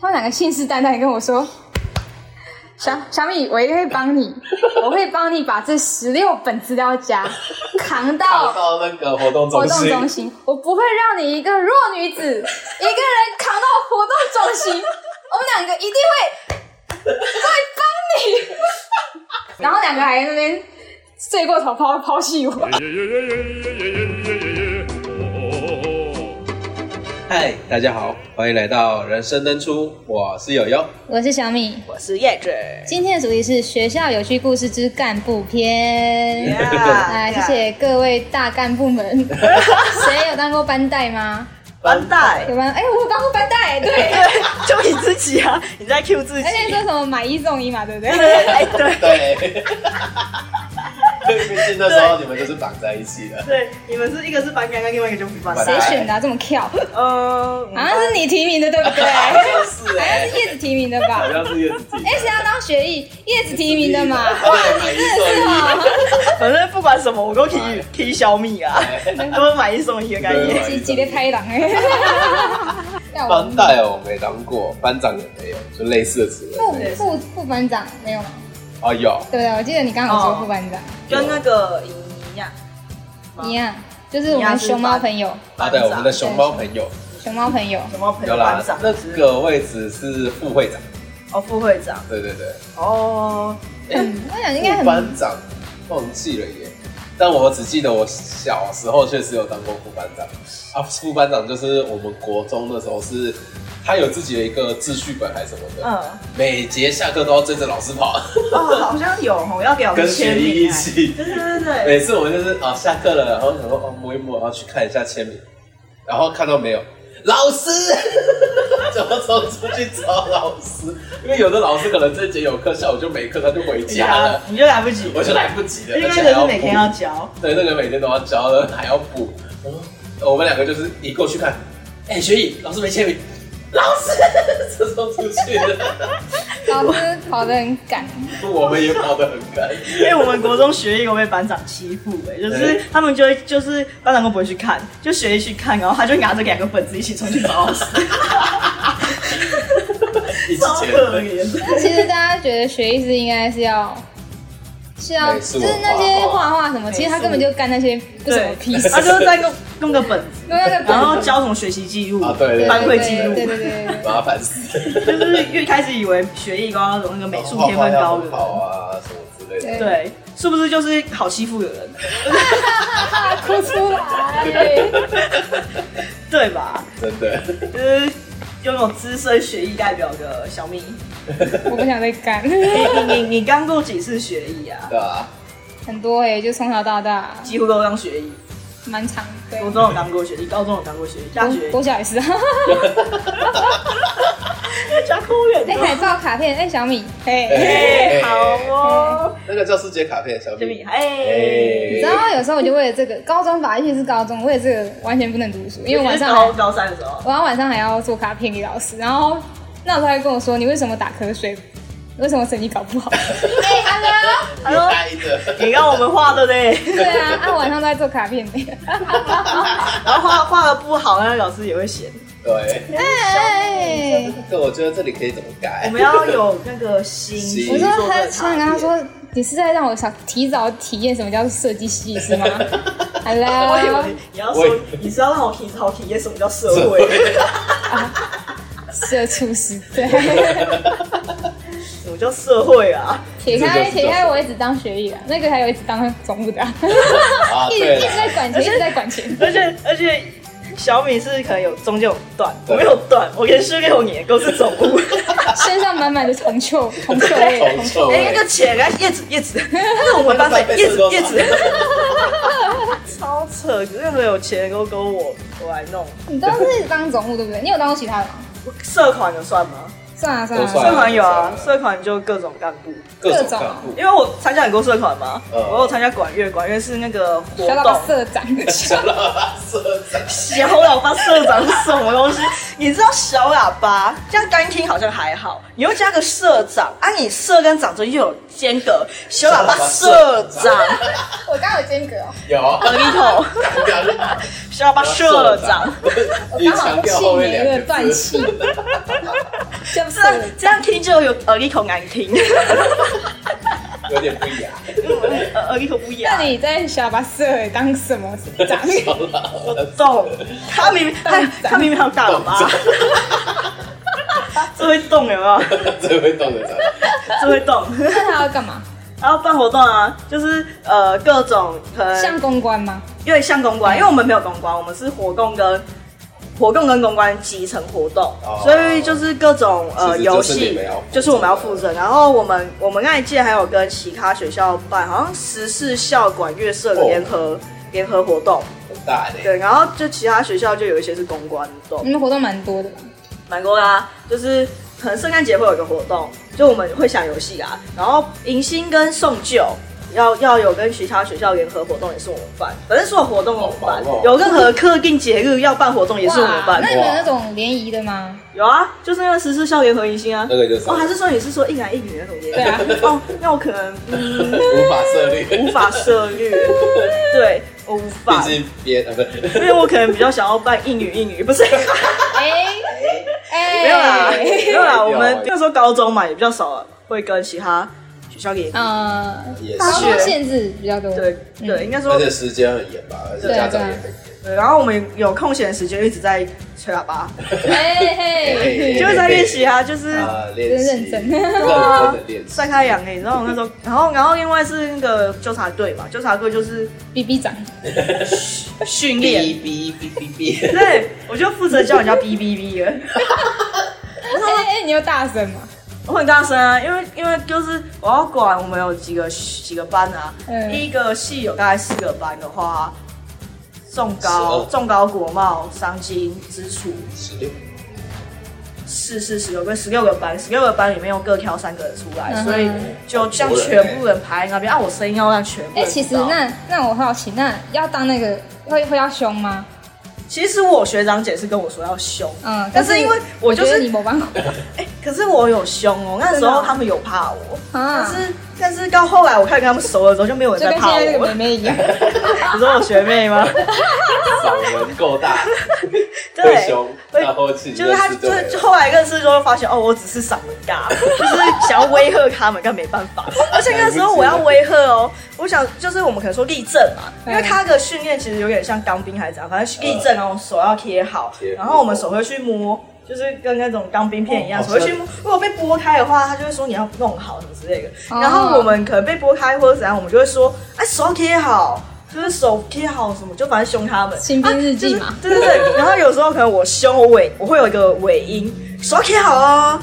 他们两个信誓旦旦跟我 说：“小小米，我也会帮 你，我会帮你把这十六本资料夹扛到跑到那个活动活中动心，中心，我不会让你一个弱女子一个人扛到活动中心， 我们两个一定会会 帮你。”然后两个还在那边睡过头抛抛弃我。嗨，大家好，欢迎来到人生登出，我是友友。我是小米，我是叶子。今天的主题是学校有趣故事之干部篇。来，谢谢各位大干部们。谁有当过班带吗？班带，有班？哎、我有当过班带，对。 就你自己啊！你在 Q 自己而。且说什么买一送一嘛，对不对？哎，对对，毕竟那时候你们就是绑在一起的。对，你们是一个是班干干，另外一个就不班谁啊选的啊、这么跳？好嗯，像是你提名的，对不对？好是像是叶子提名的吧好？像是叶子自己哎、谁要当学艺？叶子提名的嘛？哇，你真的是哦，反正不管什么，我都提提小米啊，都买一送一的概念。几几的拍档哎。 要我班带哦，我没当过，班长也没有，就类似的职副位。副副班长没有吗？哦，有，对不对？我记得你刚刚有说副班长。跟那个一样，一样，就是我们熊猫朋友，啊，对，我们的熊猫朋友熊猫朋友，什么朋有友啦班长，那个位置是副会长，哦，副会长对对对，哦，我想应该副很班长忘记了耶，但我只记得我小时候确实有当过副班长啊，副班长就是我们国中的时候是，他有自己的一个秩序本还是什么的，嗯，每节下课都要追着老师跑，哦，好像有哦，要给我跟们学签弟名一啊，起。对对对对，每次我就是啊下课了，然后想说哦摸一摸，然后去看一下签名，然后看到没有，老师， 怎么走出去找老师？因为有的老师可能这节有课，下午就没课，他就回家了，你就来不及，我就来不及了，因为而且那还个要是补每天要交，对那个每天都要交的，还要补。我们我们两个就是一过去看，哎、学艺老师没签名，老师， 这种出去了，老师跑得很赶，我们也跑得很赶。 因为我们国中学艺有被班长欺负、哎，就是他们就会就是班长都不会去看，就学艺去看，然后他就拿着两个本子一起冲去找老师，一起超签可名，怜。其实大家觉得学艺是应该是要是要美就是术那些画画什么，美术其实他根本就干那些不什么屁事，他就是在弄弄个 本子，用那个然后本子交什么学习记录、啊对对对班会记对录，对对对 对，麻烦死了。就是越开始以为学艺高那种那个美术天分高的人，好啊，什么之类对的。对，是不是就是好欺负的人？ 啊哭出来，对吧？真的，就是拥有资深学艺代表的小米，我不想再干， 你你你你刚过几次学艺啊？对 啊，很多哎，就从小到大几乎都当学艺。蛮长，对，国中有当过学历，高中有当过学历，大学国小也是， 哎加公务哎员海报卡片，哎小米，哎哎。哎，好哦，那个教师节卡片小小米，米，哎，你知道吗？有时候我就为了这个，高中吧，尤其是高中，为了这个完全不能读书，因为晚上高还高三的时候，我要晚上还要做卡片给老师，然后那老师还跟我说：“你为什么打瞌睡？为什么成绩搞不好？”哎、他说他你说爱的，你让我们画对不对？对啊，啊晚上都在做卡片。然后画画的不好，那老师也会嫌。对。 哎，这个我觉得这里可以怎么改我？们要有那个心心我去说做他这个常卡跟他片。说：“你是在让我想提早体验什么叫做设计系是吗我以？”Hello，为你要我说，你是要让我提早体验什么叫社会，社畜时 代，什么叫社会啊？撇这就开是撇开，我一直当学艺啊，那个还有一直当总务的 啊、 啊，一直对一直 了，在管钱，一直在管钱。而且而且，小米是可能有中间有断，我对没有断，我连续六年都是总务。身上满满的铜臭，铜臭 味，铜臭哎、味那，个钱啊，叶子叶子，那我们班的 叶子叶子，超扯！任何有钱都跟我我来弄。你都是当总务对不对？你有当过其他的吗？社团有算吗？算了算了，都算社团有啊算，社团就各种干部。各各种种干部，因为我参加很多社团嘛，嗯我有参加管乐，管乐是那个活小老动板。社长，小 喇叭社长，小喇叭社长是什么东西？ 你知道小喇叭这样单听好像还好，你又加个社长啊，你社跟长就又有间隔，小喇叭社小长喇，我刚好有间隔哦，有，额一头，小喇叭社长。你强调后面我刚好气你那个两断个字气，笑死这样了。这样听就有耳力口难听，有点不 雅。嗯耳耳力口不雅那。你在小巴社 当什么长？好了，动，呃他明明他他明明还有大喇 叭，这会动有没有？最会动的长辈这会动。那他要干嘛？然后办活动啊，就是呃各种可能像公关吗？因为像公嗯关，因为我们没有公关，我们是活动跟活动跟公关集成活动，哦所以就是各种呃其实就游是你戏们要负责，就是我们要负责。然后我们我们那一届还有跟其他学校办，好像十四校管乐社哦的联合联合活动，很大的，对，然后就其他学校就有一些是公关活动你，们活动蛮多的吧，蛮多啦、啊就是可能圣诞节会有一个活动，就我们会想游戏啊，然后迎新跟送旧。要要有跟其他学校联合活动也是我们办，反正所有活动我们办，好忙哦有任何特定节日要办活动也是我们哇办啊那。你们有那种联谊的吗？有啊，就是那个十四校联合迎新啊那。个就是哦，还是说你是说一男一女那种联对啊谊？哦，那我可能嗯无法涉猎，无法涉略，对，我无毕 法，竟别呃不是因为我可能比较想要办一女一女，不是。哎哎，没有啦，没有啦，有我们那时候高中嘛，也比较少会跟其他学校联谊。呃，也高中大是，限制比较多。对嗯对，应该说而且时间很严吧，而且家长也很严。对。啊然后我们有空闲的时间一直在吹喇叭，哎嘿嘿，嘿就是在练习啊，就是啊，练真习，认真认真的练习晒。太阳哎。然后我那时候，然后然后另外是那个纠察队嘛，纠察队就是比比长，训练，哔哔哔哔哔，对我就负责叫人家哔哔哔了。哎哎，你有大声吗？我很大声啊，因为因为就是我要管我们有几个几个班啊，嗯一个系有大概四个班的话，重高12重高国贸、商经、支出十六，四四十六跟十六个班，十六个班里面又各挑三个人出来，嗯哼所以就这样全部人排在那边啊，我声音要让全部哎，人知道。其实那那我好奇，那要当那个会会要凶吗？其实我学长姐是跟我说要凶，嗯，但是因为我就觉得是哎你某 啊帮可是我有凶哦，那时真的候哦他们有怕我，但啊，是但是到后来我开始跟他们熟了之后就没有人就再跟现怕我在这个了妹。妹一 样， 你说我学妹吗？嗓门够大，会对，凶，然后自己就是她，就认识是对就后来认识之后发现，哦，我只是嗓门大， 就是想要威吓他们，但没办 法。而且那时候我要威吓哦，我想就是我们可能说立正嘛，因为他的训练其实有点像当兵还是怎样，反正立正，然后手要贴好贴，然后我们手会去摸。就是跟那种当兵片一样，哦手会去摸。如果被拨开的话，他就会说你要弄好什么之类的。哦然后我们可能被拨开或者怎样，我们就会说，哎，手要贴好，就是手贴好什么，就反正凶他们。新兵日记嘛啊就是对对对。然后有时候可能我凶我尾，我会有一个尾音，手要贴好啊，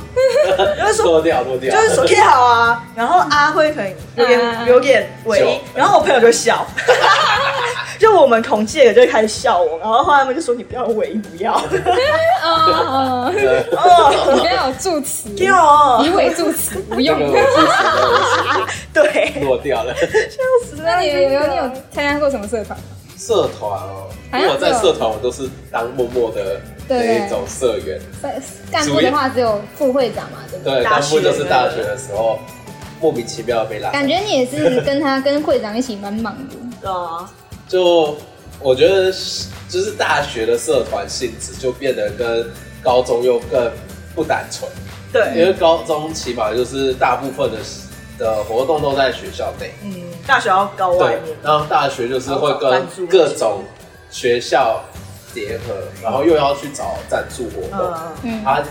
就是说落掉落掉，就 是手贴好啊。然后啊会可能有嗯嗯点嗯有点尾音就，然后我朋友就笑。就我们同届的就会开始笑我，然后后来他们就说你不要尾音，不要，嗯嗯，你对哦，不要有助 词，不要 哦以，尾助词不这 用个。我 之前对都，落掉了。那你有有你有参加过什么社团？社团哦，好因像为我在只有社团我都是当默默的对那一种社员，在干部的话只有副会长嘛，对不对？对，大当学初就是大学的时候莫名其妙被拉上，感觉你也是跟他跟会长一起蛮忙的，啊，就我觉得是就是大学的社团性质就变得跟高中又更不单纯，因对，为高中起码就是大部分的的活动都在学校内，嗯，大学要搞外对面，，然后大学就是会然跟后找赞助各种学校结合，然后又要去找赞助活动。嗯，嗯，他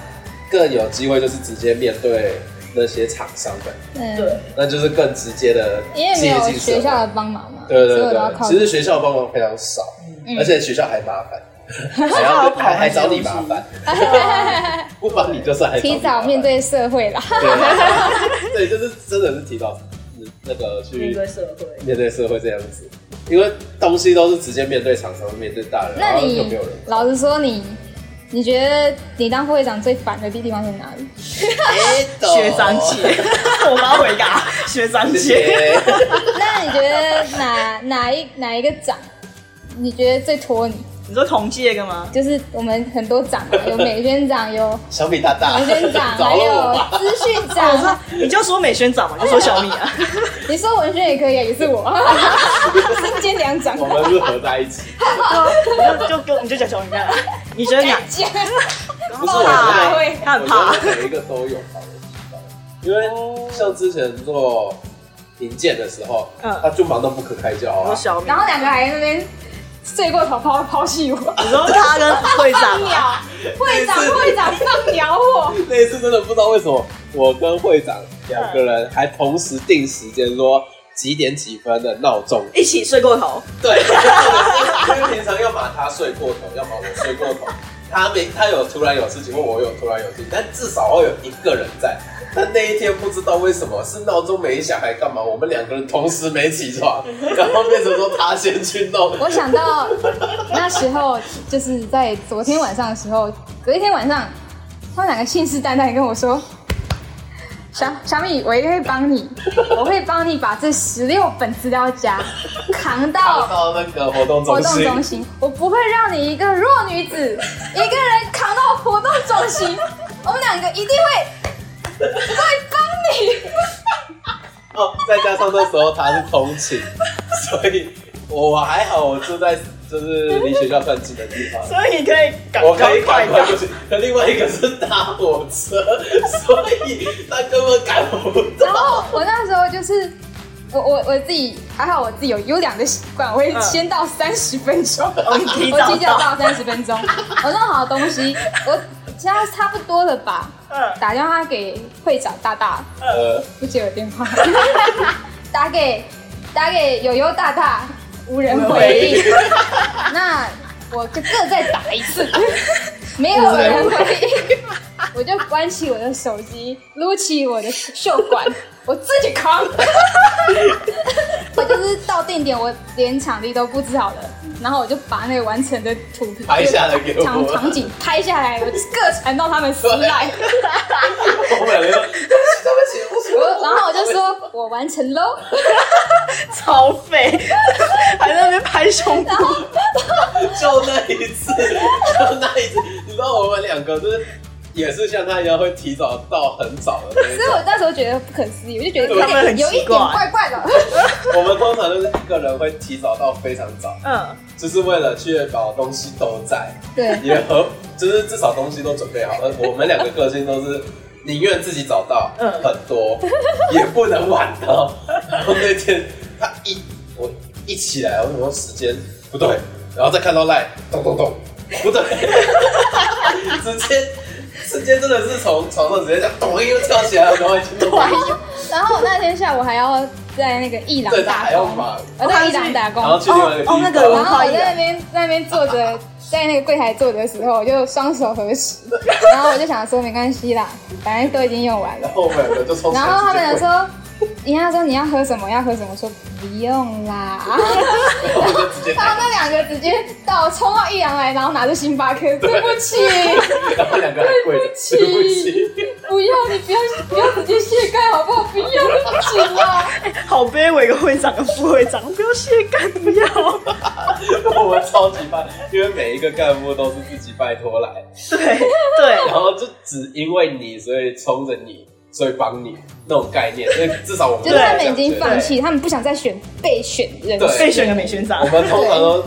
更有机会就是直接面对那些厂商们，对，对，那就是更直接的因嗯为没接有近社学会。校的帮忙嘛，对所对有都要对，靠其实学校帮忙非常少，嗯而且学校还麻 烦，还要还还找你麻烦，不帮你就是还找你提麻烦早面。对社会啦。对， 对，就是真的是提早那个去面对社会，面对社会这样子，因为东西都是直接面对厂商、面对大人，那然后就没你有人。老实说你。你觉得你当副会长最烦的地方是哪里？学长姐，我妈回答学长谢姐，谢。 那你觉得哪哪一哪一个长，你觉得最拖你？你说同届的吗？就是我们很多长嘛，有美宣长， 有小米大大，黄宣长， 找还了我吧有资讯我说长。 你就说美宣长嘛，就说小米啊， 你说文轩也可以，也是 我，身兼两长。我们是合在一起。你就就跟你就讲小米啊，你觉得哪讲不是我怕，会他很怕我觉得每一个都有好的地方，因为像之前做评鉴的时候，嗯他就忙到不可开交啊我。小 米然，后两个还在那边睡过头抛抛 弃我，你说他跟会长啊 放鸟，会长会长放鸟我，那一次真的不知道为什么，我跟会长两个人还同时定时间说几点几分的闹钟。一起睡过头，对，因为平常要么他睡过头，要么我睡过头。他没，他有突然有事情，或我有突然有事情，但至少会有一个人在。但那一天不知道为什么是闹钟没响还干嘛，我们两个人同时没起床，然后变成说他先去弄。我想到那时候就是在昨天晚上的时候，隔一天晚上，他们两个信誓旦旦地跟我说：“小小米，我一定会帮你， 我会帮你把这十六本资料夹扛跑到到那个活动活中动心，中心，我不会让你一个弱女子 一个人扛到活动中心，我们两个一定会会帮你。”哦，再加上那时候他是通勤， 所以我还好，我住在就是离学校算近的地方。所以你可以 赶我可以赶快快到过去，可另外一个是搭火车，所以他根本赶不 然到。后我那时候就是，我我我自己还好，我自己有优良的习惯，我会先到三十分钟，嗯 哦你提我早提早到到三十分钟，我弄好东西，我现在差不多了吧？嗯打电话给会长大大，呃，不接我电话， 打给打给友友大大，无人回应。 那我就各再打一 次，没有人回应，我就关起我的手机，撸起我的袖 管，我自己 扛。我就是到定点，我连场地都布置好了，然后我就把那个完成的图片拍下来给我场场景拍下来，我各传到他们私赖。我们两个就对不起，对不起，我 然后我就说，我完成喽。超废， 还在那边拍胸 然后部，就那一次，就那一次，你知道我们两个就是也是像他一样会提早到很早的那所以种。我那时候觉得不可思议，我就觉得有他们点很奇有怪一点怪怪的。我们通常就是一个人会提早到非常早，嗯，就是为了确保东西都在，对，也和就是至少东西都准备好。而我们两个个性都是宁愿自己找到嗯很多，也不能晚到。然后那天他一我一起来，我想说时间不对，然后再看到赖咚咚咚，不对，直接直接真的是从床上直接这样咚又跳起来，然后就然后我那天下午还要在那个伊朗对他打还要工，忙，我在伊朗打工，然后然去另外一个地哦方。哦那个文后化我一在那样，边在那边坐着，在那个柜台坐着的时候，我就双手合十， 然后我就想说没关系啦，反正都已经用完了 然。后我们两个就冲起然来直接后他们跪就说。人家说你要喝什么，要喝什么，我说不用啦。然后我们就直接然后那两个直接到冲到伊朗来，然后拿着星巴克，对不起，然后两个还跪着，对不起。不要，你不要不要直接卸盖好不好？不要，对不起啦。好卑微，一个会长跟副会长，不要卸干，不要， 我们超级拜，因为每一个干部都是自己拜托来，对对，然后就只因为你，所以冲着你，所以帮你那种概念，所以至少我们就是他们已经对放弃，他们不想再选备选人对被选个美宣长我，们通常都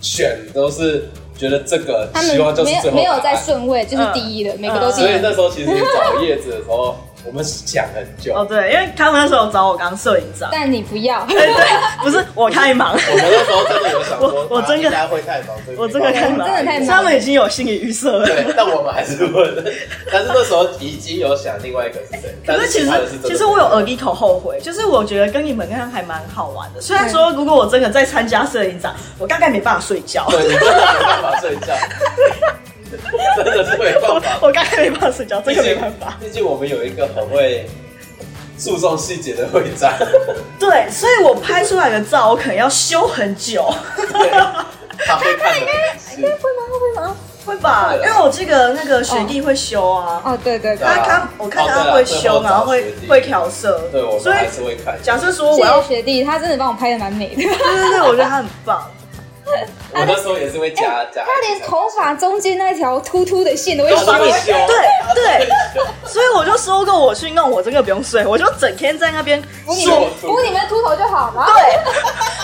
选都是觉得这个他希望们就是没最有后没答有案在顺位，就是第一了，每个都第所以一。那时候其实找叶子的时候，我们想很久，哦对，因为他们那时候有找我当摄影长，但你不 要，对对，不是我太忙，我们那时候真的有想说， 啊我我真的应该会太忙，所以我真的没太办法忙，真的太忙他们已经有心理预设了。对，但我们还是问，但是那时候已经有想另外一个是谁，但可是其其实他的是真的其实我有耳鼻口后悔，就是我觉得跟你们刚刚还蛮好玩的。虽然说如果我真的在参加摄影展，我大概没办法睡觉，哦对，你真的没办法睡觉， 真的是没办法。我大概没办法睡觉，这个没办法。毕竟我们有一个很会注重细节的会 长，对，所以我拍出来的照我可能要修很久， 对，他会看得很细。为什么？会吧？因为我记得那个学弟会修啊，哦，对对对啊，哦他他我看他会修，然后会会调色，对，我所们以还是会看。假设说我谢要谢，学弟，他真的帮我拍的蛮 美的。对对 对，我觉得他很棒。我那时候也是会哎加加。他连头发中间那条突突的线都会都帮你修，修，对对，所以我就说过我去弄，我这个不用睡，我就整天在那边补你是们我补你们的秃头就好了。对，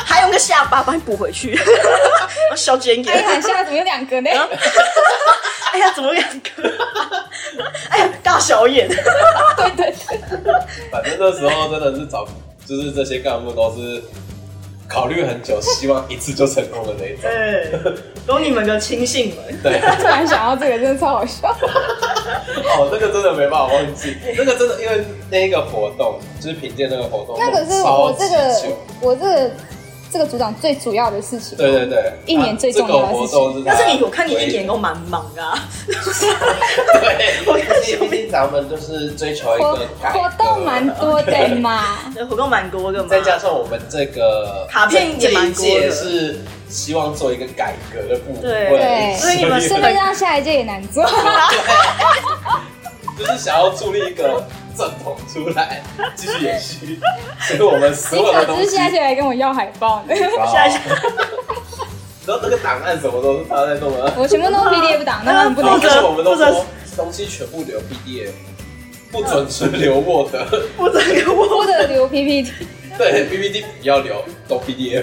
还有那个 下巴帮你补回去，小尖哎呀，眼。嗯现在怎么有两个呢？哎呀，怎么两个？哎呀，大小 眼，对对对，反正那时候真的是找，就是这些干部都是考虑很久，希望一次就成功的那 一种。对，懂哎你们个亲信们。对， 突然想到这个真的超好笑。哦，那个真的没办法忘记，那个真的因为那一个活动，就是凭借那个活动， 那个是超我级这久个我这个这个组长最主要的事情。对对对，一年最重要的啊这个活事情动是他但是你，我看你一眼都蛮忙的、啊，对， 我看因为毕竟咱们就是追求一活个改革活动蛮多的嘛，活动蛮多的嘛。再加上我们这个卡片这也一蛮多的届是希望做一个改革的部分，对所以你们是不是让下一届也难做？就是想要树立一个正统出来，继续延续，所以我 们所你有的可东知西，下一届来跟我要海报呢， 然后下一届哦 然后这个档案什么都是他在弄啊，我全部都 PDF 档，那他们不能负就用。责是我们都负责说东西全部留 PDF，不准存留 Word， 我这个或我者留 PPT 对 PPT 不要留，都 PDF，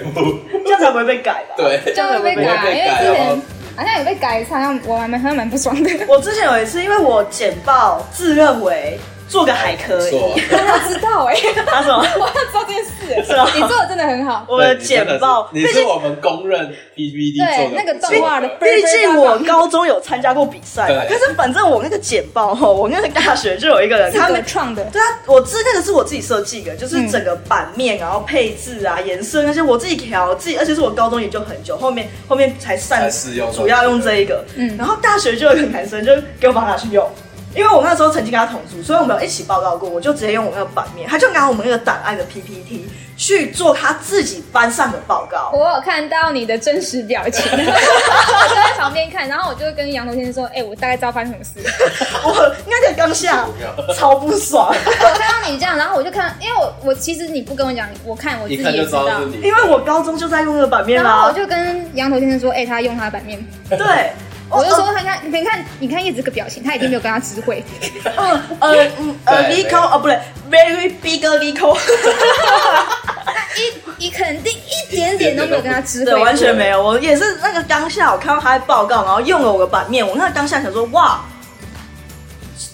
这样才不会被改吧？对，就会被这样改，会被因改哦为之然前后好像有被改一次，好像我还蛮好像蛮不爽的。 我之前有一次，因为我简报自认为做个还可以，做 我知道哎，他什么？ 我要知道这件事哎是啊吗，你做的真的很好。我的简报，你毕是竟我们公认 PPT 对做的那个不错动画的的， 毕竟我高中有参加过比赛嘛，可对是反正我那个简报吼，我那个大学就有一个人，他他们们创的，对啊，我知那个是我自己设计的，就是整个版面，然后配置啊、颜色那些我自己调，自己，而且是我高中研究很久，后面后面才才上试用主要用这一个。嗯然后大学就有一个男生就给我把它拿去用，因为我那时候曾经跟他同住，所以我们有一起报告过，我就直接用我那个版面，他就拿我们那个档案的 PPT 去做他自己班上的报 告。我有看到你的真实表情，我就在旁边看，然后我就跟杨头先生说：“哎、我大概知道发生什么事。 我那个当下超不爽，”我看到你这样，然后我就看，因为我我其实你不跟我讲，我看我自一己看也就知知道。道是你，因为我高中就在用那个版面啊然后啦我。就跟杨头先生说：“哎、他用他的版面。对，”哦我就说：“他看，你看，你看叶子这个表情，他一定没有跟他知 会。哦嗯呃嗯呃对 l i c o 哦不对，very big l i c o 一，你肯定一点点都没有跟他知会，对，完全没有。我也是那个当下，我看到他在报告，然后用了我的版面，我那个当下想说，哇，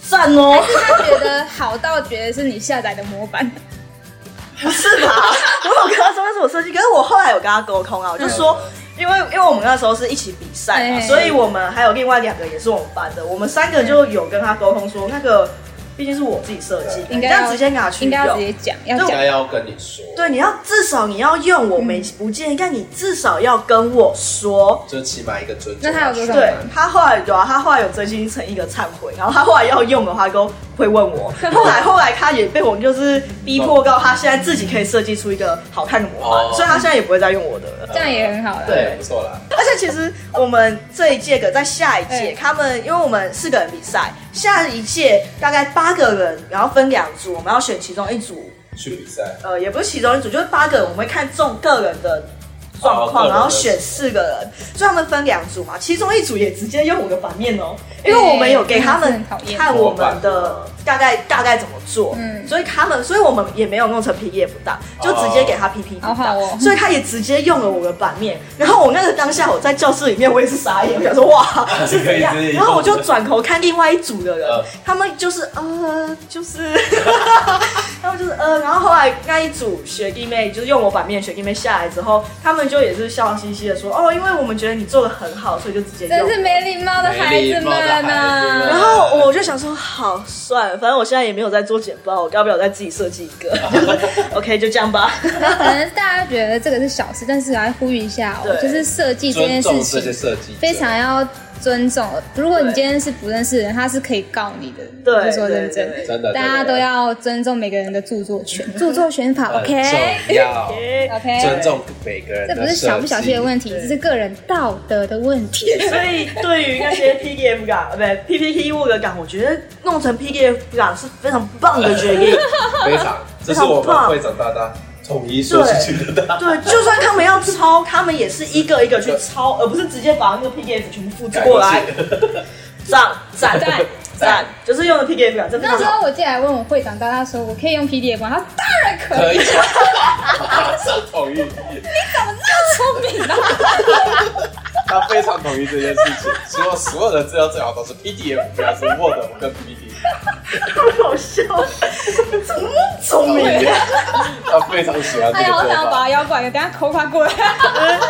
赞哦，有。他觉得好到觉得是你下载的模 板， 不是吧？我有跟他说那是我设计，可是我后来有跟他沟通啊，我就说。因为因为我们那时候是一起比赛嗯嘛，哎所以我们还有另外两个也是我们班的，我们三个就有跟他沟通说，那个毕竟是我自己设计的，应你这该样要直接拿去应该要直用，接讲，要对讲应。该要跟你说，对，你要至少你要用我没不建议，但你至少要跟我说，就起码一个尊那重。他有多少对他后来有啊，他后来有真心诚意的忏悔，然后他后来要用的话，都会问我。后来后来他也被我就是逼迫到，他现在自己可以设计出一个好看的模板，哦所以他现在也不会再用我的了。这样也很好啦。嗯对，不错啦。而且其实我们这一届的在下一届，哎他们因为我们四个人比赛，下一届大概八个人，然后分两组，我们要选其中一组，去比赛，呃，也不是其中一组，就是八个人，我们会看中个人的状哦个况，人的然后选四个人，所以他们分两组嘛，其中一组也直接用我的版面哦，因为我们有给他们嗯很讨厌看我们的大概大概怎么做，嗯所以他们，所以我们也没有弄成 PDF 档，哦就直接给他 PPT 档，好好哦所以他也直接用了我的版面，然后我那个当下我在教室里面我也是傻 眼，我想说哇是怎样可以，可以然后我就转头看另外一组的人嗯，他们就是呃就是。 他们就是呃，然后后来那一组学弟妹就是用我版面的学弟妹下来之后，他们就也是笑嘻嘻的说哦，因为我们觉得你做的很好，所以就直接真用。是没礼貌的孩子们啊没礼貌的孩子呐、们然后我就想说，好算了，反正我现在也没有在做简报，我要不要再自己设计一个 ？OK，就这样 吧。可能大家觉得这个是小事，但是来呼吁一下哦，对就是设计这尊件重事这情些设计者，非常要尊重。如果你对今天是不认识的人，他是可以告你的。对就说认对对真，真的，大家真的都要尊重每个人的著作权，著作权 法很，OK。重要， OK 尊重每个人这不的设计。是小不小气的问题，对这是个人道德的问题。所以对于那些 PDF 岗，呃不对 PPT 沃格岗，我觉得弄成 PDF 岗是非常棒的 决定。非常，这是我们会长大大统一说出去的大。对，就算他们要抄，他们也是一个一个去抄，而不是直接把那个 PDF 全部 复制过来。赞 赞赞赞，就是用的 PDF 表，真的那时好。候我进来问我会长，大家说我可以用 PDF 吗？他说当然可以，可以，马上同意。 那么聪明啊！他非常同意这件事情，说所有的资料最好都是 PDF，不要是 Word 跟 PPT。好笑，怎么那么聪同意明啊？他非常喜欢这哎个呀，我做想要把法。他妖怪，等一下抠他过来。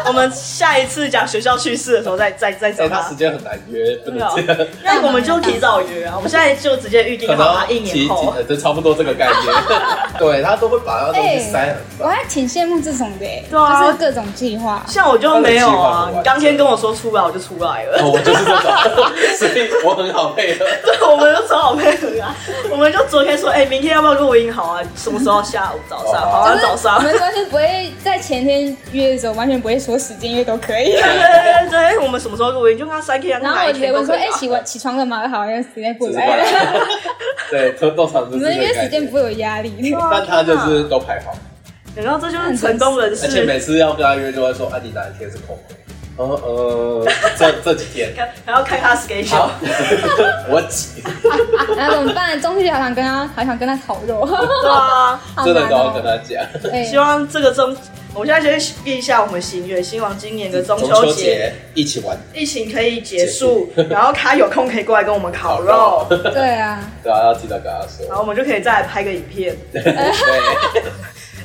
我们下一次讲学校趣事的时候再再再但找哎他他时。间很难约，不能这样。那我们就提早约啊，我们现在就直接预定可好能啊，一几年几后。呃这差不多这个概念。 对他都会把那东西塞很我还挺羡慕这种的、欸对啊就是各种计划。像我就没有他的计划啊很，你完当天跟我说出来，我就出来了。哎哦 我就是这种， 所以我很好配合。对，我们就超好配合啊。我们就昨天说，哎，明天要不要录音？好啊，什么时候？下午、早上？哦好啊，早上 我。们完全不会在前天约的时候，完全不会说时间约都可以。 对对对对，我们什么时候录音？就跟他三 K 啊，然后我就哪一直接天都问说：“可以哎、啊起我起床了吗？好像时间不就是来 了。把对，都通常就你是这们个约概时间念。不会有压 力。但他就是都排好，哎然后这啊就是成功人而且士，每次要跟他约就会说：“啊，你哪一天是空的？”呃 呃，这这几天看还要看他 schedule 好。，我挤，然后怎么办？中秋好想跟他，好想跟他烤肉，对啊，好真的难都要跟哦、他讲。哎 希望这个中，我们现在先立一下我们心愿，希望今年的中中秋秋节节一起玩，疫情可以结束， 然后他有空可以过来跟我们烤肉 烤，对啊，对啊，要记得跟他说然。后我们就可以再来拍个影片， 对，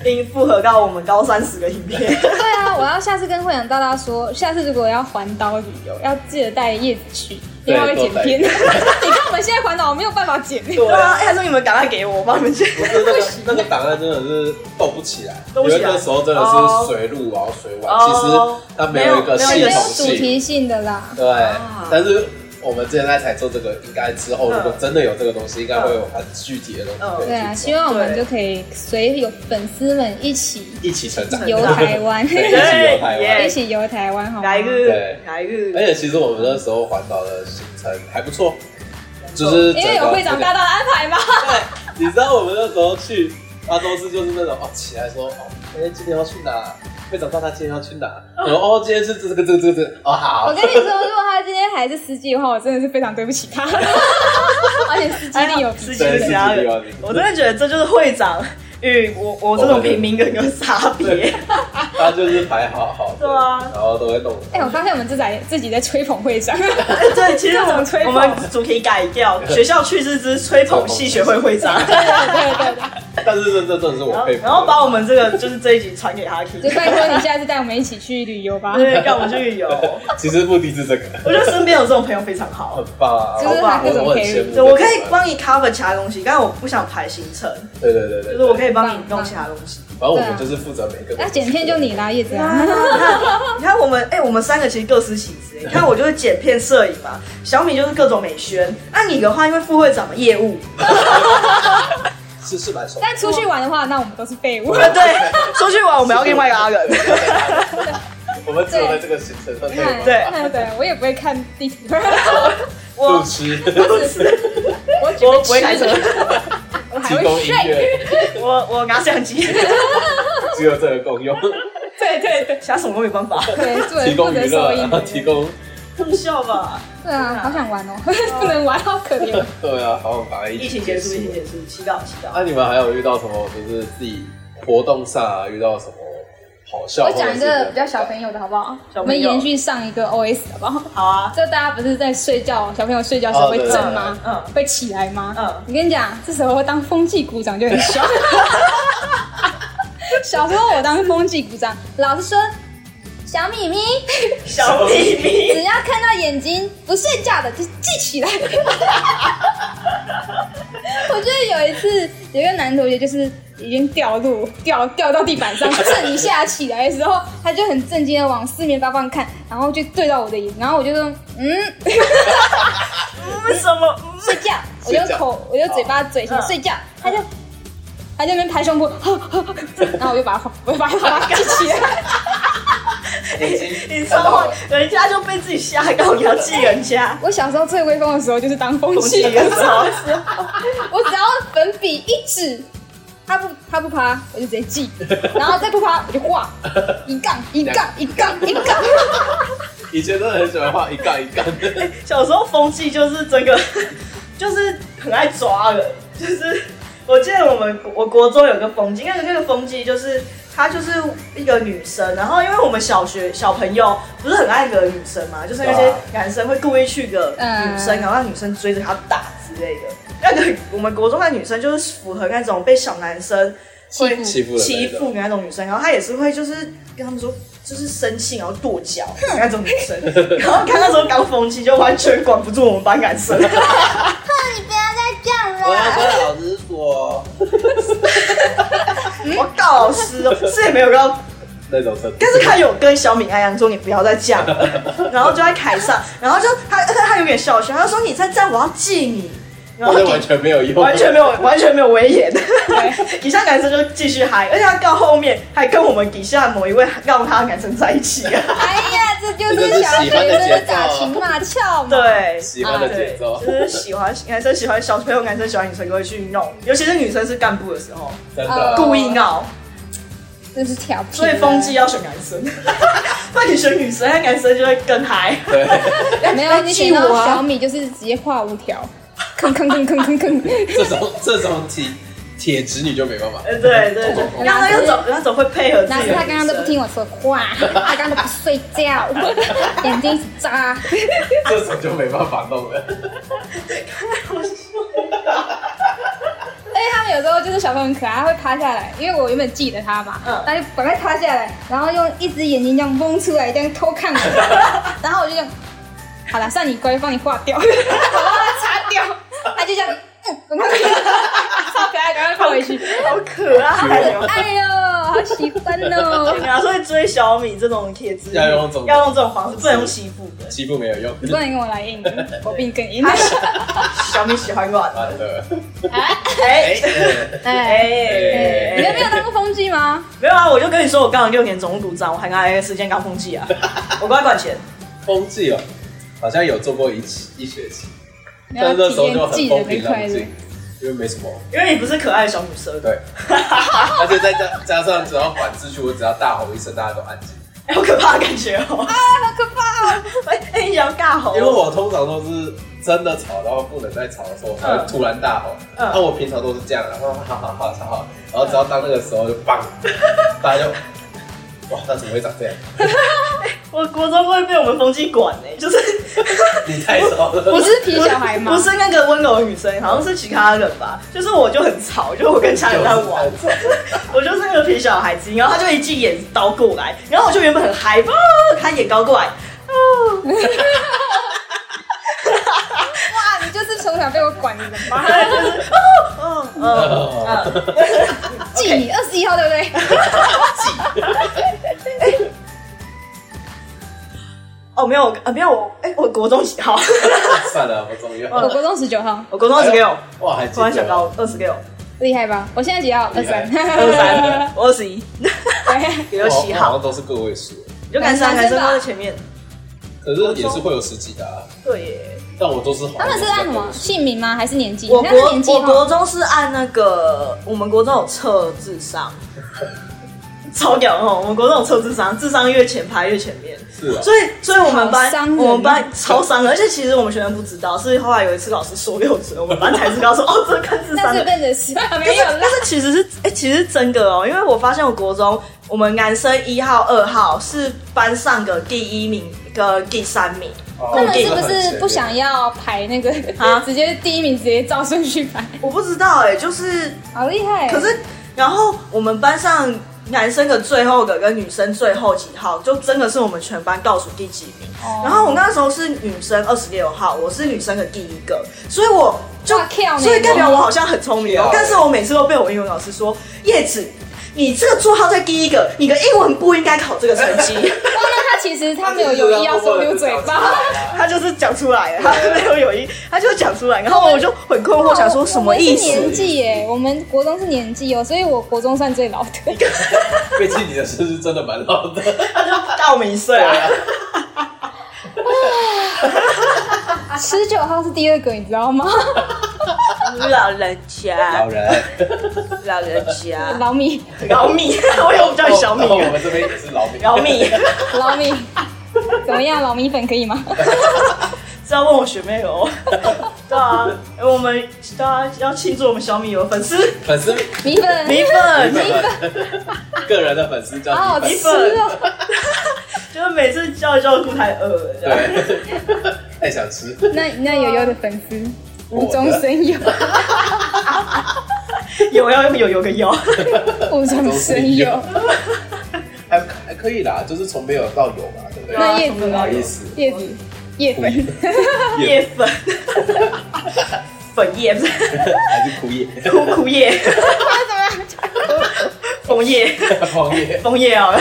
并复合到我们高三十个影片。对啊，我要下次跟会长大大说，下次如果要环岛旅游，要记得带叶子去，因对为他会剪片。 你多看我们现在环岛，我没有办法剪。 对啊， 哎还是你们赶快给我，我帮 你们剪。不是那个那个档案真的是斗不起来，斗因不起来为那时候真的哦是水路然后水碗，哦其实它没有一个没没系有有统主性。题性的啦，对，啊但是我们现在才做这个，应该之后嗯如果真的有这个东西，应该会有很具体的东西可以去做。对啊，希望我们就可以随有粉丝们一起一起成长，游台湾， 对，一起游台对耶湾。一起游台湾，好吗来？一个对，哎来一而个。且其实我们那时候环岛的行程还不错，就是哦因为有会长大大大。的安排嘛。对，你知道我们那时候去阿州市就是那种哦，起来说哦，哎、今天要去哪？会长大大今天要去哪？然后哦，今天是这个这个这个这个我哦好跟，你说，如果他今天还是司机的话，我真的是非常对不起他，而且司机一定有司机对，是其他这人，个我真的觉得这就是会长与我我这种平民跟个差别。他就是排好好的，对啊然后都会弄。哎、我发现我们自己自己在吹捧会长，哎 对，其实我各种吹们捧我们主题改掉，学校趣事之吹捧系学会 会长。对对对。但是这这真的是然我后佩服的。然后把我们这个就是这一集传给他听，就拜托你下次带我们一起去旅游吧，对，让我们去 旅游。我其实目的是这个，觉得身边有这种朋友非常好很。棒啊，就是他各种我我很 carry 羡慕这对，种。我可以帮你 cover 其他东西，但是我不想排行程，对对对就对，是我可以，以帮你弄其他东西。反正我们就是负责每个。那剪片就你。啦，叶子啊，啊你看我们，哎、我们三个其实各司其职。你看我就是剪片、摄影嘛，小米就是各种美宣。那、你的话，因为副会长嘛，业 务，是是蛮熟。但出去玩的话，那我们都是废物。呃对，出去玩我们哦要另外一个阿人。 我们只有在这个行程上面对对对对，我也不会看地图，路我痴，我只 我不会开车，我还 提会供音睡。乐， 我我拿相 机，只有这个共 用。对对对，其他什么都没办 法。对，做提人负供责娱收乐，音然。后提供，很笑吧？对啊，好想玩哦，不能玩，好可怜。对啊，好反正疫情结束，疫情结束，祈祷祈那祷。你们还有遇到什么？就是自己活动上啊，遇到什么好笑？我讲一个比较小友，朋友的好不好？小朋友我们延续上一个 OS 好不好？好啊，就大家不是在睡觉，小朋友睡觉的时候会震吗？嗯，会起来吗？嗯我跟你讲，这时候当风纪鼓掌就很 爽。小时候我当风纪鼓掌，老师说小米咪，小秘密。只要看到眼睛不睡觉的就记起来。 我记得有一次有一个男同学就是已经掉入掉掉到地板上，震一下起来的时候，他就很震惊的往四面八方看，然后就对到我的眼，然后我就说嗯。为什么？睡觉，我就口，我就嘴巴嘴型嗯睡觉，他就他就那边拍胸脯， 然后我就把他我就把他记 起来，已经你知道吗？人家就被自己吓到，你要记人家。我小时候最威风的时候就是当风空气气，的时候，我只要粉笔一指，他不他不趴，我就直接 记，然后再不趴我就画一杠一杠一杠一杠，以前真的很喜欢画一杠一杠 的，小时候风气就是整个， 就是很爱抓人，就是我记得我们我国中有个风纪，那个那个风纪就是。她就是一个女生，然后因为我们小学小朋友不是很爱惹女生嘛，就是那对些啊男生会故意去惹嗯女生，然后让女生追着他打之类的。那个我们国中的女生就是符合那种被小男生会欺负欺负了欺负的那种女生，然后她也是会就是跟他们说。就是生气，然后跺脚那种女生， 然后看那时候刚风气，就完全管不住我们班男 生。你不要再这样我要了。跟老师说我告老师哦，是也没有告那种 程度但是他有跟小敏安阳说你不要再这样了，然后就在凯撒，然后就他他他有点笑笑，他说你再这样我要记你，然后那就完全没有用，完全没有完全没有威严，以下男生就继续嗨，而且他到后面还跟我们底下某一位让他的男生在一起啊，哎呀，这就这是就是小学喜生欢的的节奏啊打情骂俏嘛。对。喜欢的节对，奏啊就，是喜欢男生喜欢小朋友，男生喜欢女生就会去弄，尤其是女生是干部的时候，真哦的。啊故意闹，真是调皮。所以风纪要选男生， 那你选女生，那男生就会更嗨。对，没有，你 选到来记我啊小米就是直接画五条，坑坑坑坑坑坑。 这种这种铁铁直女就没办法。哎呃，对对哦对，然后他又走，然后走会配合自哪己是的他刚刚都不女生听我说话，他刚刚都不睡觉，眼睛一直眨。这种就没办法弄了。 而且他们有时候就是小朋友很可爱，他会趴下来，因为我原本记得他嘛，嗯他就赶快趴下来，然后用一只眼睛这样蒙出来，这样偷看我，然后我就这样，好了，算你乖，帮你划掉，我帮他擦掉，他就这样，嗯，赶快，超可爱，赶快放回去，好可爱哦。哎呦，好喜欢哦，对啊，所以追小米这种帖子要用这种要用这种方式，不能用欺负的。欺负没有用，你不能跟我来硬，我比你更硬，小米喜欢软啊的，对。哎哎，哎，哎，你们没有当过风纪吗？没有啊？我就跟你说，我刚好六年总务股长，我还拿 A 时间刚风 纪啊，我乖管钱。风纪哦，好像有做过一期一学期，没但有是那时体候就验很记得风跟平快浪乐，静，因为没什么。因为你不是可爱的小女生， 对， 而且再加加上只要管秩序，我只要大吼一声，大家都安静。哎，好可怕的感觉 哦。啊，好可怕哦！哎哎，你想要尬吼？因为我通常都是真的吵到不能再吵的时候，我才会突然大吼。嗯那、我平常都是这样，然后哈哈哈超好，然后只要到那个时候就 棒，大家就哇，他怎么会长这样？我国中会被我们风纪管哎，就是你太吵了，我 是皮小孩吗？不是那个温柔的女生，好像是其他人吧。就是我就很吵，就是我跟其他人在玩，我就是那个皮小孩子，然后他就一记眼刀过来，然后我就原本很嗨吧，他眼高过来，哦，哇，你就是从小被我管的吧？哦， 哦，啊记你二十一号对不对？哦，没有，啊，没有，我，哎，我国中几号？算了，不重要。我国中十九号，我国中二十六，哇，还记突然想得到二十六，厉害吧？我现在几号？二厉害三，二 十三，我二十一，对，有我七好号像，都是个位数，你就感觉男生都在前面，啊可是也是会有十几的、啊，对耶。但我都是好像 他们是都在按什个么位数姓名吗？还是年纪？我那是国年纪我国哈。中是按那个，我们国中有测智商， 超屌哦！我们国中有测智商，智商越前排越前面。是啊，所以，所以我们好伤班，人啊我们班超伤人，而且其实我们学生不知道，是后来有一次老师说六折，我们班才知道说哦，这跟智那商是的。跟着是但没是有啦但。是其实是哎、其实是真的哦，因为我发现我国中我们男生一号、二号是班上的第一名跟第三名，哦他那们是不这个很是前不面想要排那个啊？ 直接第一名直接照顺序排，我不知道哎、就是好厉害！可是，然后我们班上男生的最后的跟女生最后几号，就真的是我们全班倒数第几名。哦，然后我那时候是女生二十六号，我是女生的第一个，所以我就哇跳呢所以代表我好像很聪明哦跳。但是我每次都被我英文老师说叶子。你这个座号在第一个，你的英文不应该考这个成绩。哇，那他其实他没有哦有意要说溜嘴巴， 他就是讲出来了，他没有有意，他就讲出来，然后我就很困惑，想说什么意我们是年思？纪耶，我们国中是年纪哦，所以我国中算最老的。 毕竟你的生日真的蛮老的，他就大我们一岁啊。十九号是第二个，你知道吗？老人家老，人，老人家，老米，老米， 我有叫你小米然后哦我们这边也是老米，老米， 老米，怎么样？老米粉可以吗？是要问我学妹哦。 对啊，我们对啊要庆祝我们小米有粉丝粉丝米粉，米粉，个人的粉丝叫好好米粉吃哦。就是每次叫一叫顾太饿了这样。对， 太想吃。那那友友的粉丝无中生有，有要有有个有，无中生有。还还可以啦，就是从没有到有嘛，对不对？那叶子不好呢？意思，叶子，叶粉，叶粉， 粉叶，还是枯 叶，枯枯叶， 枫叶，黄 叶。枫叶啊。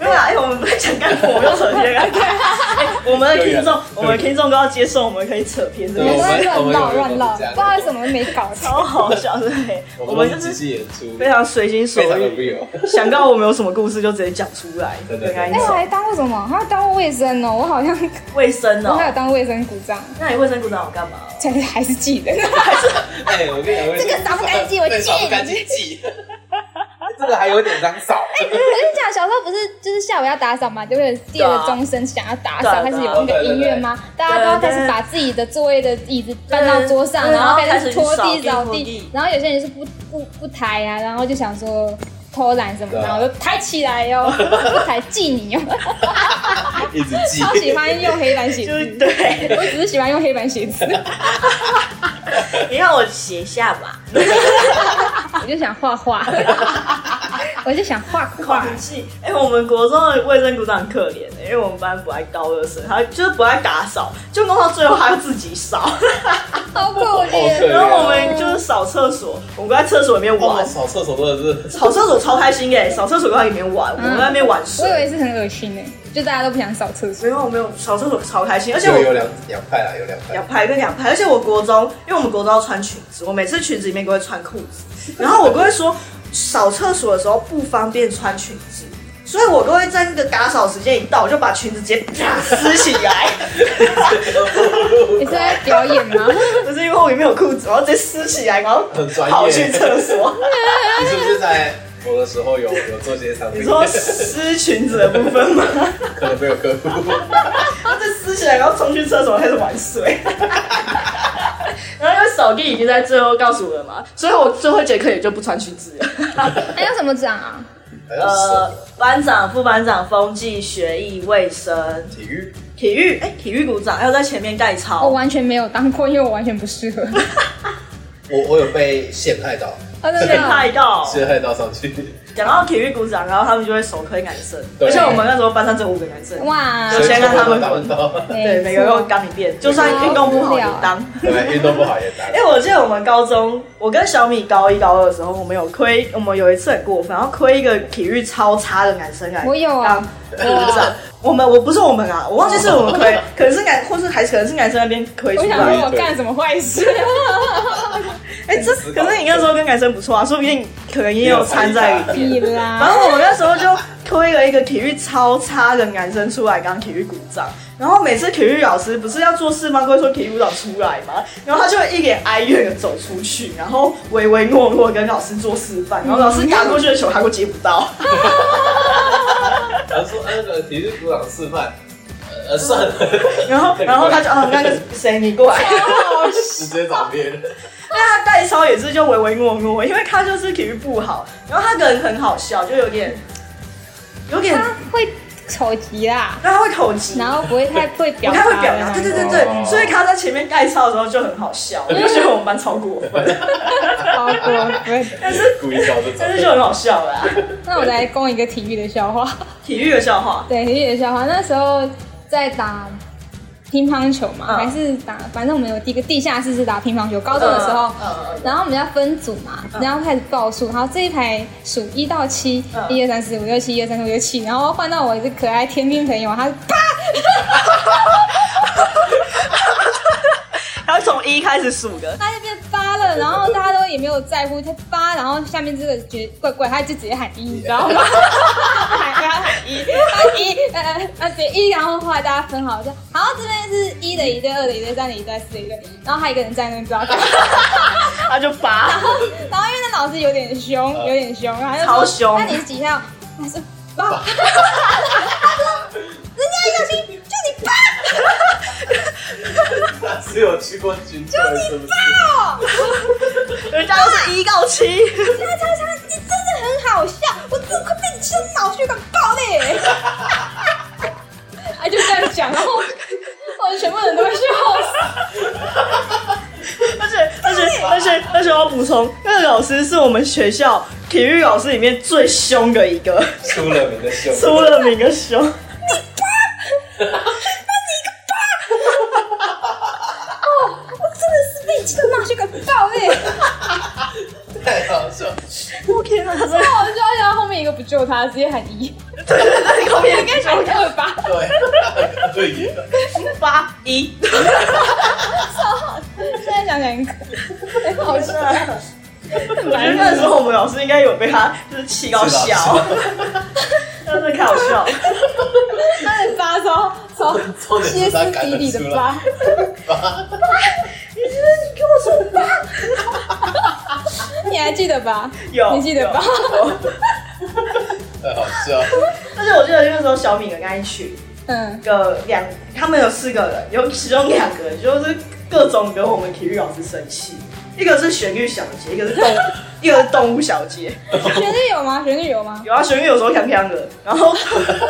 没有啦，哎、我们不是想干活，我们又扯偏了。哎我们的听众，我们的听众都要接受，我们可以扯偏这对你件们事，在我乱们唠我们有乱一个唠，这样不知道什么没搞清。超好笑，对不对？我 我们们就都是是即兴演出，非常随心所非常的欲， real。 想到我们有什么故事就直接讲出来，对很对对哎，安我手。还当过什么？还当过卫生哦，我好像卫生我还哦有，当卫生鼓掌，那你卫生股长有干嘛？但是还是记得。哎，我跟你讲，这个扫不干净我对记扫不干净记， 这个还有点脏扫。哎我跟你讲，小时候不是就是下午要打扫嘛，就为了第二个钟声想要打啊对啊啊扫，开始有那个音乐吗？大家都要开始把自己的座位的椅子搬到桌上，对啊然后对开始拖然后开始地扫地扫拖地地。然后有些人是不不不抬啊，然后就想说偷懒什么，对啊然后就抬起来哟，不抬记你哟。 一直记，超喜欢用黑板写 就是字，对， 我只是喜欢用黑板写字，你让我写下吧，我就想画 画，我就想画画放。弃。哎、我们国中的卫生股长很可怜、的，因为我们班不爱高二生，他就是不爱打扫，就弄到最后还要自己扫。好可怜怜。哦然后我们就是扫厕所，我们在厕所里面哇，玩，扫厕所真的是扫厕所超开心耶、扫厕所在里面玩，我们在那边玩我以水。为是很恶心呢，就大家都不想扫厕没所。有没有，扫厕所超开心，而且就有我两两派啦，有两派 两。排跟两排，而且我国中，因为我们国中要穿裙子，我每次裙子里面都会穿裤 子，然后我都会说扫厕所的时候不方便穿裙子。所以我都会在那个打扫时间一到，我就把裙子直接啪撕起 来，你是在表演 吗？不是因为我里面有裤子，然后直接撕起来，然后很专业跑去厕所。你是不是在我的时候有有做这些商品？你说撕裙子的部分 吗？ 可能没有客户， 然后再撕起来，然后冲去厕所开始玩水。 然后因为扫地已经在最后告诉我了嘛，所以我最后一节课也就不穿裙子了。还有什么奖啊？好像呃是，班长、副班长、风纪、学艺、卫生、体育。体育，哎、体育股长还有在前面盖我抄，哦完全没有当过，因为我完全不适 合。我我有被陷害到，啊，哦真变的。态到。陷害到上去，讲到体育股长，然后他们就会首推男生，对而且我们那时候班上只有五个男生，哇，哎首先让他们打不到，对，每个人都没错当一遍，就算运动不好也当。 对，运动不好也打因。为哎我记得我们高中，我跟小米高一高二的时候，我们有亏，我们有一次很过分，然后亏一个体育超差的男生来，我有啊啊，鼓掌。我们我不是我们啊，我忘记是我们亏，可能是男，或是还可能是男生那边亏出我想说来。我干什么坏事？ 哎、这可是你那时候跟男生不错啊，说不定可能也有掺在里面。屁然 啦！后我们那时候就推了一个体育超差的男生出来当体育鼓掌，然后每次体育老师不是要做事吗？都会说体育鼓掌出来嘛，然后他就会一脸哀怨的走出去，然后唯唯诺诺跟老师做示范，然后老师打过去的球他都接不到，然后说哎那个体育组长示范，呃，算了，然后然后他就啊那个谁你过来，直接找别人。那他代操也是就唯唯诺诺，因为他就是体育不好，然后他个人很好笑，就有点有点，他会口急啦，但他会口急，然后不会太会表我达。他会表扬，对对对哦对，所以他在前面盖抄的时候就很好笑，我就觉得我们班超过分，超过分。但是故意找这但是就很好笑啦。那我来供一个体育的笑话。 体育的笑话，对，体育的笑话。那时候在打乒乓球嘛，嗯还是打，反正我们有第一个地下室是打乒乓球。高中的时候，嗯然后我们要分组嘛，然后开始报数，然后这一排数一到七，嗯一二三四五六七，一二三四五六七，然后换到我一个可爱天兵朋友，他他从一开始数的，他就变八了，然后大家都也没有在乎他八，然后下面这个觉得怪怪，他就直接喊一，你知道吗？喊他喊一，他一呃呃对一，然后后来大家分好，就好这边是一的一对，二的一对，三的一对，四的一对，然后还有一个人在那边不知道干嘛，他就拔，然后因为那老师有点凶，有点呃凶，然后他就说超凶那你是几号？他说八，他说人家要你就你八，他只有去过军队，是不是？人家都是一到七， 那超强，你真的很好笑，我真的快被你气到脑血管爆裂！哎，就这样讲，然后我全部人都会笑死。而且而且而且而且我要补充，那个老师是我们学校体育老师里面最凶的一个，出了名的秀，出了名的凶。哦，我真的是被你气到脑血管爆裂！太好笑。我天哪，他真的 那我就要让后面一个不救他，直接喊 一，在后面该喊二吧。对，对耶，八一，现在想 想很可很好啊笑。 我觉得那时候我们老师应该有被他就是气到是笑啦， 真的太好 笑。他的疤超超重点歇是他斯赶底里得出的来疤，，你跟我说你还记得吧？有，你记得吧？有？有太好笑。而且我记得那时候小米跟他一起去，嗯，个两，他们有四个人，有其中两个人就是各种跟我们体育老师生气，一个是旋律小姐，一个 是动，一个是动物小姐。旋律有吗？旋律有吗？有啊，旋律有时候锵锵的，然后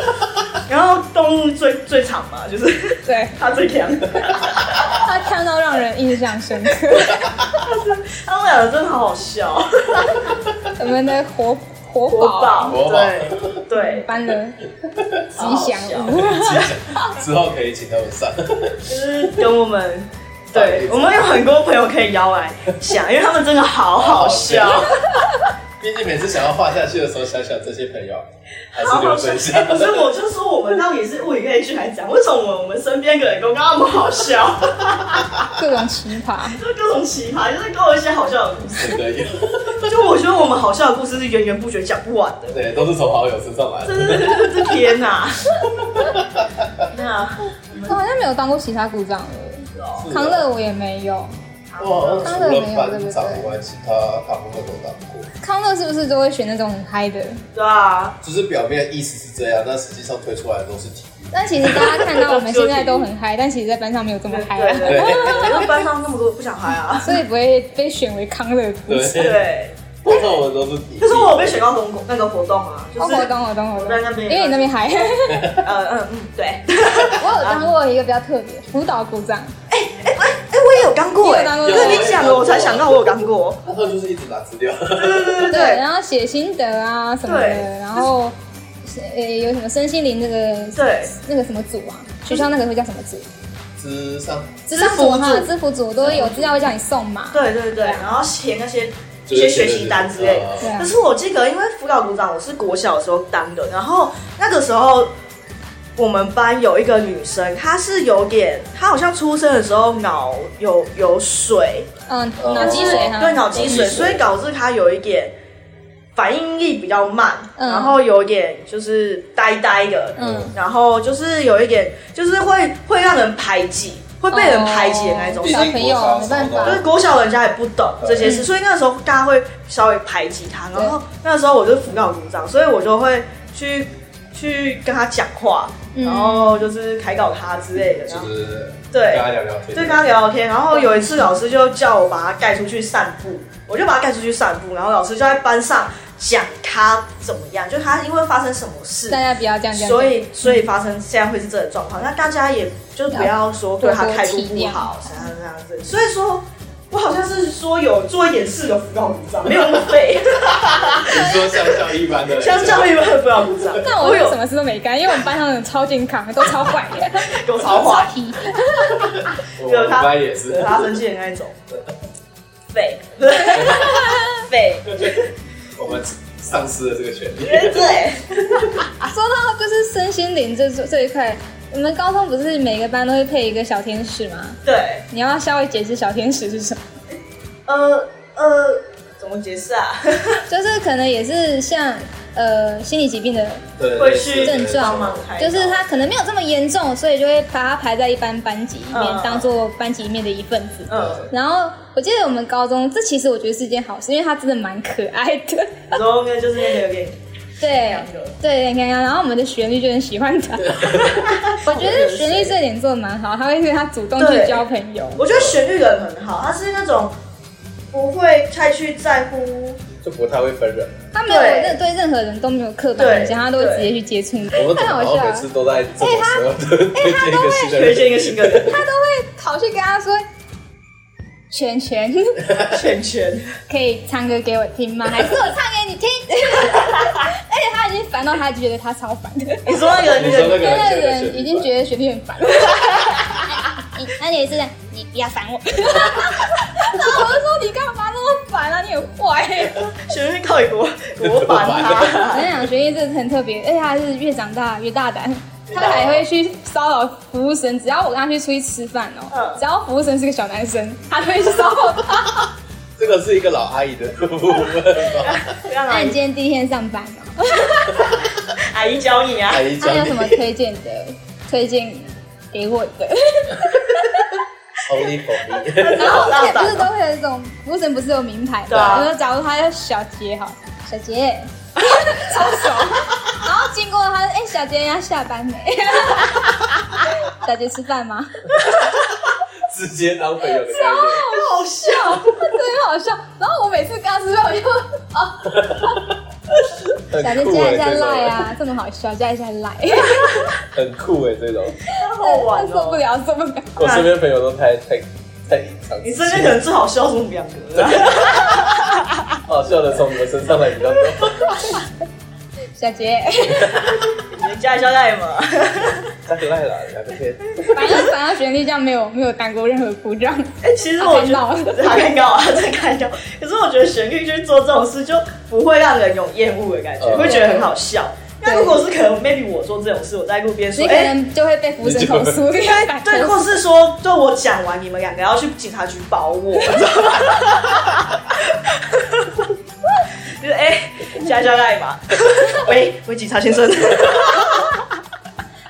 然后动物最最长嘛，就是 对，他最 强，他看到让人印象深刻。他们两个真的好好笑，我们的活活国宝国宝对对，搬了吉祥物，之后可以请他们上，就是跟我们。对，我们有很多朋友可以邀来讲，因为他们真的好好笑，毕竟每次想要画下去的时候，想想这些朋友还是好好留笑存下。。哎不是，我就说我们到底是物以类聚来讲，为什么我们我们身边的人都跟他们好笑，各种奇葩。就是各种奇葩，就是都有一些好笑的故真的有，事。就我觉得我们好笑的故事是源源不绝讲不完的。 对，都是从好友身上来的。这天哪！那我好像没有当过其他鼓掌了，康乐我也没有。哇，康除乐没有了对不班对长以外，其他大部分都当过。康乐是不是都会选那种很嗨的？对啊，就是表面意思是这样，但实际上推出来的都是体育。但其实大家看到我们现在都很嗨，但其实，在班上没有这么对嗨啊，对对，因为哎班上那么多不想嗨啊。所以不会被选为康乐鼓掌。对，对，通常我们都是体育。可是我有被选到公共那个活动啊，就哦，是我懂，我懂，我我在那懂。边因为你那边嗨，呃嗯嗯对。我有当过一个比较特别舞蹈鼓掌，哎，我也有刚过你哎，有当过跟你讲了我才想到我有刚过。他就是一直拿资料，对对对对对，对然后写心得啊什么的对，然后呃有什么身心灵那个对，那个什么组啊，学校那个会叫什么组？之上知识服组哈，组知服组都会有资料会叫你送嘛。对对对，然后填那些一些学习单之类的。对啊可，是我记得，因为辅导股长我是国小的时候当的，然后那个时候我们班有一个女生，她是有点，她好像出生的时候脑有有水，嗯，脑积水哈。哦对脑积脑积水，水所以导致她有一点反应力比较慢，嗯然后有点就是呆呆的，嗯，然后就是有一点就是会会让人排挤，会被人排挤的那一种。哦小朋友没办就法是。国小人家也不懂这些事，嗯所以那时候大家会稍微排挤他。然后那时候我就辅导组长，所以我就会去去跟他讲话，嗯然后就是开导他之类的。然就后是对跟他聊聊天，就跟他聊聊天。然后有一次老师就叫我把他带出去散步，我就把他带出去散步。然后老师就在班上讲他怎么样，就他因为发生什么事大。家嗯不要这样这样。所以，所以发生现在会是这个状况，那大家也就不要说对他态度不好，怎样怎样子。所以说，我好像是说有做一点事的辅导股长，没有那么 废，你说像像一般的，像教育班的辅导股长，那我有有什么事都没干，因为我们班上的人超健康，都超坏的， 有超超坏，皮。我们班也是惹，他生气的那一种，废，废，我们丧失了这个权利。对，啊说到就是身心灵这这一块，我们高中不是每个班都会配一个小天使吗？对，你要不要稍微解释小天使是什么？呃呃，怎么解释 啊？就是可能也是像呃心理疾病的对，会去症状嘛帮忙开，导就是呃他可能没有这么严重，所以就会把它排在一般班级里面嗯，当做班级里面的一份子。嗯，然后我记得我们 高中，这其实我觉得是一件好事，因为他真的蛮可爱的。然后呢，就是那个有点对两个对，刚刚，然后我们的旋律就很喜欢 他。我觉得旋律这点做的蛮好，他会对他主动去对交朋友。我觉得旋律人很好，他是那种不会太去在乎，就不太会分人。他没有对任对任何人都没有刻板印象，对他都会直接去接触你。我们怎太么好好笑像每了次，都在这种时候推荐一个新的推荐一人？个新歌的他都会跑去跟他说：“圈圈，圈圈， 可以唱歌给我听吗？还是我唱给你听？” 而且他已经烦到他觉得他超烦的，你说那个你说那个因为那个人人已经觉得学弟很烦了。你哎那你也是这样，你不要烦我。然后 我就说你干嘛那么烦啊？你很坏、旋律靠一我，我 烦我 他。跟你讲，学弟真的很特别，而且他是越长大越大胆，他还会去骚扰服务生。只要我跟他去出去吃饭哦、嗯只要服务生是个小男生，他就会去骚扰他。这个是一个老阿姨的部分吧？让 那阿你姨今天第一天上班 吗？阿姨教你啊阿，姨他讲有你什么推荐的？推荐给我的？ ，Only for me。 然后好而浪且不是漫都哦。会有一种服务生不是有名牌吗？对啊我说假如他叫小杰好，小杰 超 熟，然后经过他，哎、小杰要下班没？ 小杰吃饭吗？直接当朋友的概念。好笑，真好笑。然后我每次跟他 吃饭，我就哦，很小杰酷加哎、一下这赖种，啊，这么好笑，加一下赖，很酷哎、这种。好 玩受不哦。了，受不了。我身边朋友都太太太隐藏。你身边可能最好笑是我们两个啊，好笑的从你们身上来比较多。小杰，你加一下赖嘛。太赖了，聊个天。反正反正旋律这样没有没有当过任何鼓掌， 哎、其实我觉得 他尴尬啊，真尴尬。可是我觉得旋律去做这种事，就不会让人有厌恶的感觉，嗯会觉得很好笑。那如果是可能，maybe 我做这种事，我在路边说，你可哎、能就会被服务生投诉。应该哎对，或是说，就我讲完，你们两个要去警察局保我，你知道吗？ 就是哎，加加赖嘛，喂喂，警察先生，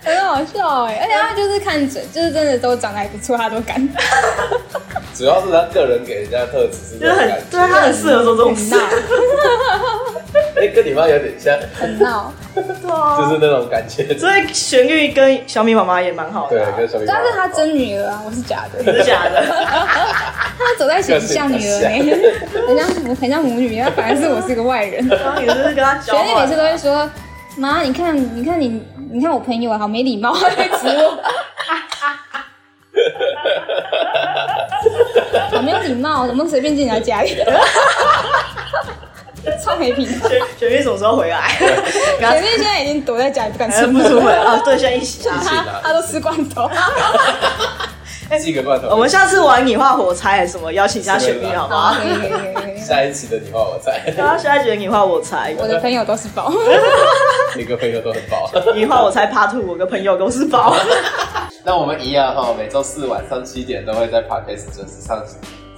很好笑哎、而且他就是看准，就是真的都长得还不错，他都敢。主要是他个人给人家的特质是这就是种很感对他觉，很适合做 这种很事闹，，哎、跟你妈有点像，就很闹， 对啊是。那种感觉。所以旋律跟小米妈妈也蛮好对的、啊，，跟小米妈但妈。是他真女儿啊，我是假的。 真的假的？他走在前像女儿呢、很像母，很像母女，他反而是我是个外人。然后你就是跟他交学换弟每次都会说：“妈，你看，你看你，你看我朋友啊，好没礼 貌，在指我，好没有礼貌，怎么随便进人家家里？”超没品。雪雪碧什么时候回来？学弟现在已经躲在家里不敢还出不门，出门啊？对，现在一起啊。是他啦他都吃罐头。寄个罐头。我们下次玩你画火猜还是什么，邀请一下雪碧好好，啊吗？可以可以可以可以。下一期的你画我猜，然后下一节你画我猜，我的朋友都是宝， 每个朋友都很棒。你画我猜 Part Two，我跟朋友都是包。那我们一样哈，每周四晚上七点都会在 Podcast 准时上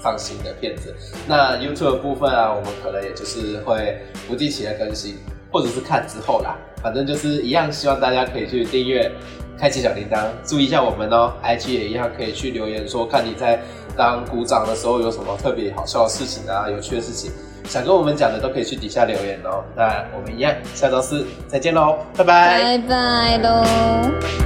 上新的片子。那 YouTube 的部分啊，我们可能也就是会不定期的更新，或者是看之后啦。反正就是一样，希望大家可以去订阅、开启小铃铛，注意一下我们哦。IG 也一样可以去留言说，看你在当鼓掌的时候有什么特别好笑的事情啊、有趣的事情，想跟我们讲的都可以去底下留言哦。那我们一样，下周四再见喽，拜拜拜拜喽。